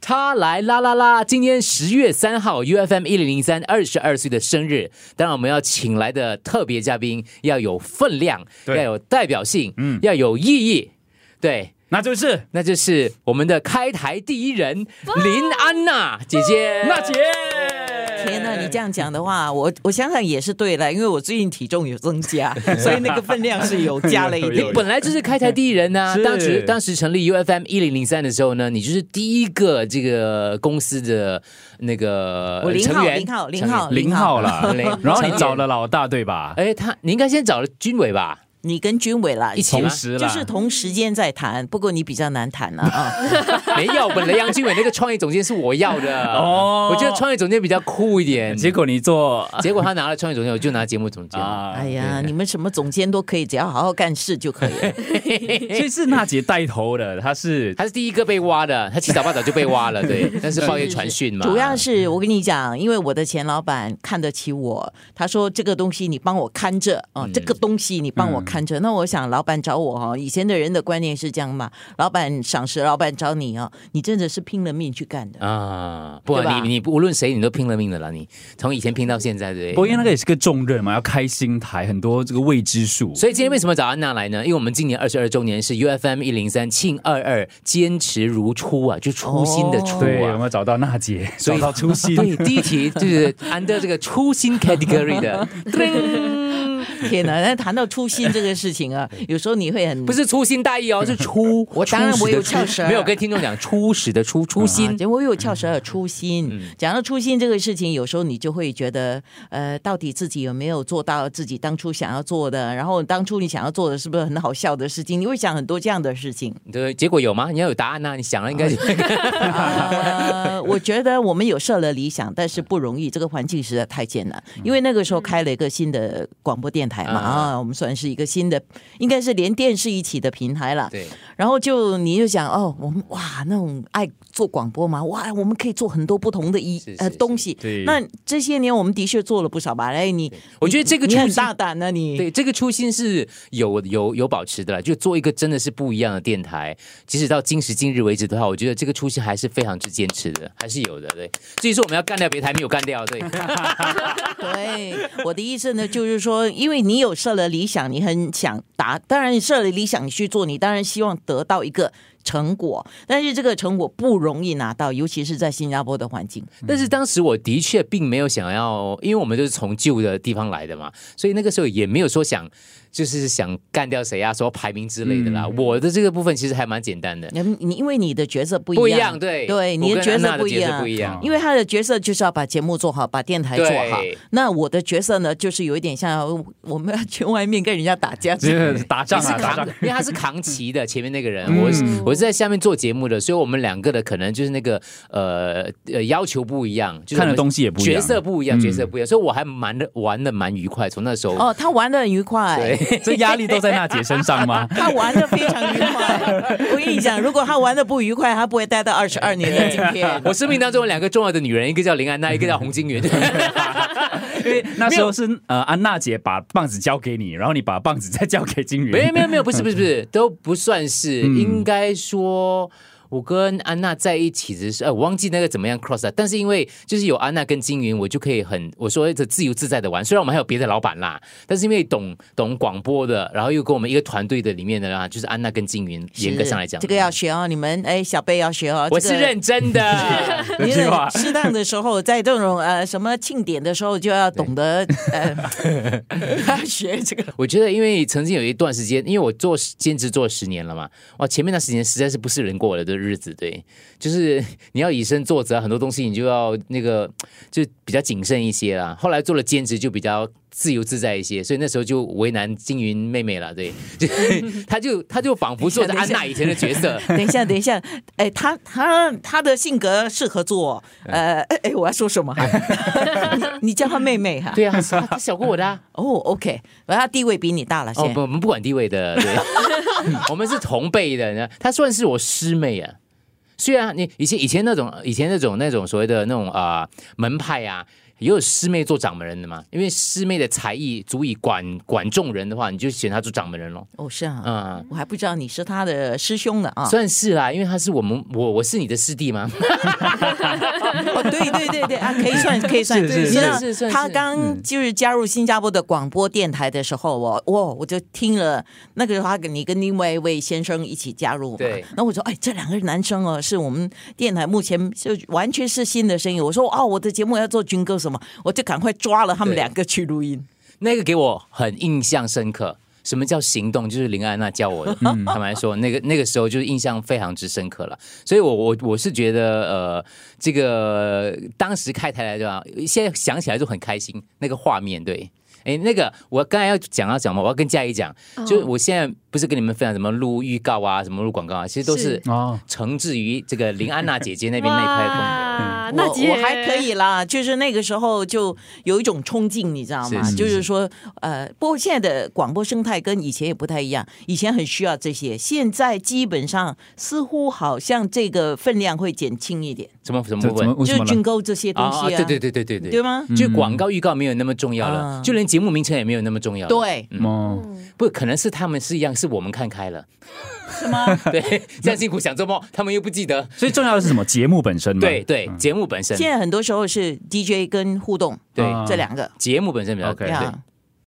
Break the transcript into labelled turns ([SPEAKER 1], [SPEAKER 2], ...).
[SPEAKER 1] 他来啦啦啦！今天十月三号，UFM 一零零三二十二岁的生日，当然我们要请来的特别嘉宾要有分量，
[SPEAKER 2] 对
[SPEAKER 1] 要有代表性，
[SPEAKER 2] 嗯
[SPEAKER 1] 要有意义。对，
[SPEAKER 2] 那就是
[SPEAKER 1] 那就是我们的开台第一人林安娜姐姐，
[SPEAKER 2] 娜姐。
[SPEAKER 3] 天呐，你这样讲的
[SPEAKER 1] 嗯
[SPEAKER 3] 话，我我想想也是对了，因为我最近体重有增 加，所以那个分量是有加了一
[SPEAKER 2] 有有
[SPEAKER 3] 点
[SPEAKER 2] 有。
[SPEAKER 1] 本来就是开台第一人呐、
[SPEAKER 2] 是
[SPEAKER 1] 当时当时成立 UFM 一零零三的时候呢，你就是第一个这个公司的那个
[SPEAKER 3] 我零
[SPEAKER 1] 成
[SPEAKER 3] 号，
[SPEAKER 1] 员。
[SPEAKER 3] 零号，零
[SPEAKER 1] 成员
[SPEAKER 3] 号，
[SPEAKER 2] 零号啦
[SPEAKER 1] 零号，
[SPEAKER 2] 然后你
[SPEAKER 1] 成
[SPEAKER 2] 找了老大对吧？
[SPEAKER 1] 啊哎，他你应该先找了军委 吧？
[SPEAKER 3] 你跟军委啦，
[SPEAKER 1] 一起
[SPEAKER 2] 同
[SPEAKER 1] 吗
[SPEAKER 2] 时啦，
[SPEAKER 3] 就是同时间在谈，不过你比较难 谈了啊。
[SPEAKER 1] 没有，本来杨经纬那个创业总监是我要的
[SPEAKER 2] 哦
[SPEAKER 1] 我觉得创业总监比较酷一
[SPEAKER 3] 嗯
[SPEAKER 1] 点。
[SPEAKER 2] 结果你做
[SPEAKER 1] 结果他拿了创业总监，我就拿节目总监。
[SPEAKER 2] 啊，
[SPEAKER 3] 哎呀，你们什么总监都可以，只要好好干事就可以了。
[SPEAKER 2] 所以是娜姐带头的，她是
[SPEAKER 1] 他是第一个被挖的，他七早八早就被挖了， 对，但是抱怨传讯嘛，
[SPEAKER 3] 主要是我跟你讲，因为我的前老板看得起我，他说这个东西你帮我看着啊、
[SPEAKER 1] 嗯
[SPEAKER 3] 这个东西你帮我看着。那我想，老板找我哦哈，以前的人的观念是这样嘛，老板赏识，老板找你啊，你真的是拼了命去干的。
[SPEAKER 1] 啊，不
[SPEAKER 3] 对
[SPEAKER 1] 管
[SPEAKER 3] 吧
[SPEAKER 1] 你你无论谁，你都拼了命的了，你从以前拼到现在，对
[SPEAKER 2] 不过因为那个也是个重任嘛，要开新台，很多这个未知数。
[SPEAKER 1] 所以今天为什么找安娜来呢？因为我们今年二十二周年是 UFM 一零三庆二二，坚持如初啊，就初心的初
[SPEAKER 2] 对，有
[SPEAKER 3] 哦
[SPEAKER 1] 啊。
[SPEAKER 2] 没有找到娜姐？
[SPEAKER 1] 所
[SPEAKER 2] 找
[SPEAKER 1] 以
[SPEAKER 2] 到初
[SPEAKER 1] 对，
[SPEAKER 2] 心。
[SPEAKER 1] 第一题就是 under 这个初心 category 的，
[SPEAKER 3] 天 哪！那谈到初心这个事情啊，有时候你会很
[SPEAKER 1] 不是粗心大意哦，是初。我
[SPEAKER 3] 当然 我有翘舌
[SPEAKER 1] 没有跟听众讲初始的初初
[SPEAKER 3] 啊
[SPEAKER 1] 心。
[SPEAKER 3] 结果又翘舌而初心。
[SPEAKER 1] 嗯
[SPEAKER 3] 讲到初心这个事情，有时候你就会觉得，呃，到底自己有没有做到自己当初想要做的？然后当初你想要做的是不是很好笑的事情？你会想很多这样的事情。
[SPEAKER 1] 对，结果有吗？你要有答案呐、啊你想了应该 就
[SPEAKER 3] 呃，我觉得我们有设了理想，但是不容易，这个环境实在太艰难。因为那个时候开了一个新的广播电台嘛，
[SPEAKER 1] 嗯
[SPEAKER 3] 啊，我们算是一个新的，应该是连电视一起的平台了。
[SPEAKER 1] 对，
[SPEAKER 3] 然后就你就想哦，我们哇那种爱做广播嘛，哇我们可以做很多不同的一
[SPEAKER 1] 是是
[SPEAKER 3] 呃
[SPEAKER 1] 是
[SPEAKER 3] 东西
[SPEAKER 2] 对。
[SPEAKER 3] 那这些年我们的确做了不少吧？哎，你
[SPEAKER 1] 我觉得这个
[SPEAKER 3] 你
[SPEAKER 1] 初
[SPEAKER 3] 很
[SPEAKER 1] 心
[SPEAKER 3] 大胆呢、你
[SPEAKER 1] 对，这个初心是有有有保持的啦，就做一个真的是不一样的电台。即使到今时今日为止的话，我觉得这个初心还是非常之坚持的，还是有的。对，至于说我们要干掉别台，没有干掉，对，
[SPEAKER 3] 对，我的意思呢，就是说，因为你有设了理想，你很想达，当然你设了理想，你去做，你当然希望得到一个成果，但是这个成果不容易拿到，尤其是在新加坡的 环境。
[SPEAKER 1] 但
[SPEAKER 2] 嗯
[SPEAKER 1] 是当时我的确并没有想要，因为我们都是从旧的地方来的嘛，所以那个时候也没有说想就是想干掉谁啊，说排名之类的啦。
[SPEAKER 2] 嗯
[SPEAKER 1] 我的这个部分其实还蛮简单的，
[SPEAKER 3] 你你因为你的角色不一样，
[SPEAKER 1] 不一样，对
[SPEAKER 3] 对，
[SPEAKER 1] 我
[SPEAKER 3] 你的
[SPEAKER 1] 跟
[SPEAKER 3] 角
[SPEAKER 1] 安
[SPEAKER 3] 色
[SPEAKER 1] 娜
[SPEAKER 3] 不
[SPEAKER 1] 的
[SPEAKER 3] 一
[SPEAKER 1] 角色
[SPEAKER 3] 样
[SPEAKER 1] 不，一样，
[SPEAKER 3] 因为他的角色就是要把节目做好，把电台做好
[SPEAKER 1] 对。
[SPEAKER 3] 那我的角色呢，就是有一点像我们要去外面跟人家打 架，
[SPEAKER 2] 就是打仗
[SPEAKER 1] 你 是
[SPEAKER 2] 啊，打
[SPEAKER 1] 扛
[SPEAKER 2] 仗。，
[SPEAKER 1] 因为他是扛旗的，前面那个人，
[SPEAKER 2] 嗯
[SPEAKER 1] 我是我是在下面做节目的，所以我们两个的可能就是那个呃呃要求不一样，就是我
[SPEAKER 2] 看
[SPEAKER 1] 们
[SPEAKER 2] 的东西也不一样，
[SPEAKER 1] 角色不一样，
[SPEAKER 2] 嗯
[SPEAKER 1] 角色不一样，所以我还蛮的玩的蛮愉快，从那时候。
[SPEAKER 3] 哦，他玩的很愉快。？
[SPEAKER 1] 对，
[SPEAKER 2] 这压力都在娜姐身上吗
[SPEAKER 3] 他玩的非常愉快，我跟你讲，如果他玩的不愉快，他不会待到二十二年的今天。
[SPEAKER 1] 我生命当中有两个重要的女人，一个叫林安娜，一个叫洪金云。
[SPEAKER 2] 因为那时候是呃安娜姐把棒子交给你，然后你把棒子再交给金
[SPEAKER 1] 没有
[SPEAKER 2] 云。
[SPEAKER 1] 没有 没有，不是不是不是，都不算是，
[SPEAKER 2] 嗯
[SPEAKER 1] 应该说。我跟安娜在一起的时候，呃，我忘记那个怎么样 cross 了。但是因为就是有安娜跟金云，我就可以很我说这自由自在的玩。虽然我们还有别的老板啦，但是因为懂懂广播的，然后又跟我们一个团队的里面的啦，就是安娜跟金云，
[SPEAKER 3] 是
[SPEAKER 1] 严格上来讲，嗯
[SPEAKER 3] 这个要学哦，你们哎，小贝要学哦。
[SPEAKER 1] 我
[SPEAKER 3] 这
[SPEAKER 1] 是
[SPEAKER 3] 个
[SPEAKER 1] 认真的。
[SPEAKER 2] 这
[SPEAKER 3] 你
[SPEAKER 2] 句话
[SPEAKER 3] 在适当的时候，在这种呃什么庆典的时候，就要懂得呃 学这个。
[SPEAKER 1] 我觉得，因为曾经有一段时间，因为我做兼职做十年了嘛，哇，前面那十年实在是不是人过的的日子，对，就是你要以身作则，很多东西你就要那个就比较谨慎一些啦。后来做了兼职就比较自由自在一些，所以那时候就为难金云妹妹了，对， 就她就她就仿佛做着安娜以前的角色，
[SPEAKER 3] 等一下，等一下，哎，他他他的性格适合做呃， 哎哎，我要说 什么？你你叫她妹妹哈。
[SPEAKER 1] 对啊，她她小过我的、啊，
[SPEAKER 3] 哦，OK，她地位比你大了，
[SPEAKER 1] 哦
[SPEAKER 3] 先
[SPEAKER 1] 不，我们不管地位 的，对， 我们是同辈的，呢，她算是我师妹啊。虽然你以前以前那种以前那种那种所谓的那种啊、呃门派啊，也有师妹做掌门人的嘛，因为师妹的才艺足以管管众人的话，你就选她做掌门人咯。
[SPEAKER 3] 哦，是啊，
[SPEAKER 1] 嗯，
[SPEAKER 3] 我还不知道你是他的师兄呢啊！
[SPEAKER 1] 算是啦，因为他是我们我我是你的师弟嘛，
[SPEAKER 3] 哦，对对对对啊，可以算可以算，
[SPEAKER 2] 是是
[SPEAKER 3] 你知道
[SPEAKER 1] 是是是
[SPEAKER 3] 他刚就是加入新加坡的广播电台的时候，我我我就听了那个时候他跟你跟另外一位先生一起加入嘛
[SPEAKER 1] 对，
[SPEAKER 3] 那我说哎，这两个男生哦，是我们电台目前就完全是新的声音。我说哦，我的节目要做军歌什么，我就赶快抓了他们
[SPEAKER 1] 对
[SPEAKER 3] 两个去录音。
[SPEAKER 1] 那个给我很印象深刻。什么叫行动？就是林安娜教我的。
[SPEAKER 2] 嗯
[SPEAKER 1] 坦白说，那个那个时候就是印象非常之深刻了。所以我我我是觉得，呃，这个当时开台来对吧？现在想起来就很开心，那个画面对。哎，那个我刚才要讲要讲嘛，我要跟佳怡讲，就是我现在不是跟你们分享什么录预告啊，什么录广告啊，其实都是
[SPEAKER 4] 是
[SPEAKER 2] 哦，
[SPEAKER 1] 承制于这个林安娜姐姐那边那一块风格。
[SPEAKER 4] 哇，那
[SPEAKER 3] 我我还可以啦，就是那个时候就有一种冲劲，你知道吗？
[SPEAKER 1] 是是
[SPEAKER 3] 就是说，呃，不过现在的广播生态跟以前也不太一样，以前很需要这些，现在基本上似乎好像这个分量会减轻一点，
[SPEAKER 1] 什么什么
[SPEAKER 2] 这
[SPEAKER 1] 部
[SPEAKER 2] 怎么
[SPEAKER 1] 分？
[SPEAKER 2] 为什
[SPEAKER 3] 就是
[SPEAKER 2] 么
[SPEAKER 3] 军
[SPEAKER 2] 呢？
[SPEAKER 3] 购这些东西啊，
[SPEAKER 1] 对对对对对对
[SPEAKER 3] 对，吗？
[SPEAKER 1] 就广告预告没有那么重要
[SPEAKER 3] 啊
[SPEAKER 1] 了，就连节目名称也没有那么重要了。
[SPEAKER 3] 对，
[SPEAKER 2] 哦，
[SPEAKER 4] 嗯
[SPEAKER 1] 不可能是他们是一样，是我们看开了，是 吗？对，这样辛苦想做梦，他们又不记得。
[SPEAKER 2] 所以重要的是什么？节目本身嘛。
[SPEAKER 1] 对对，节目本身，
[SPEAKER 3] 现在很多时候是 DJ 跟互动
[SPEAKER 1] 对
[SPEAKER 2] 啊
[SPEAKER 3] 这两个，
[SPEAKER 1] 节目本身比较
[SPEAKER 2] OK
[SPEAKER 1] 对
[SPEAKER 3] 呀，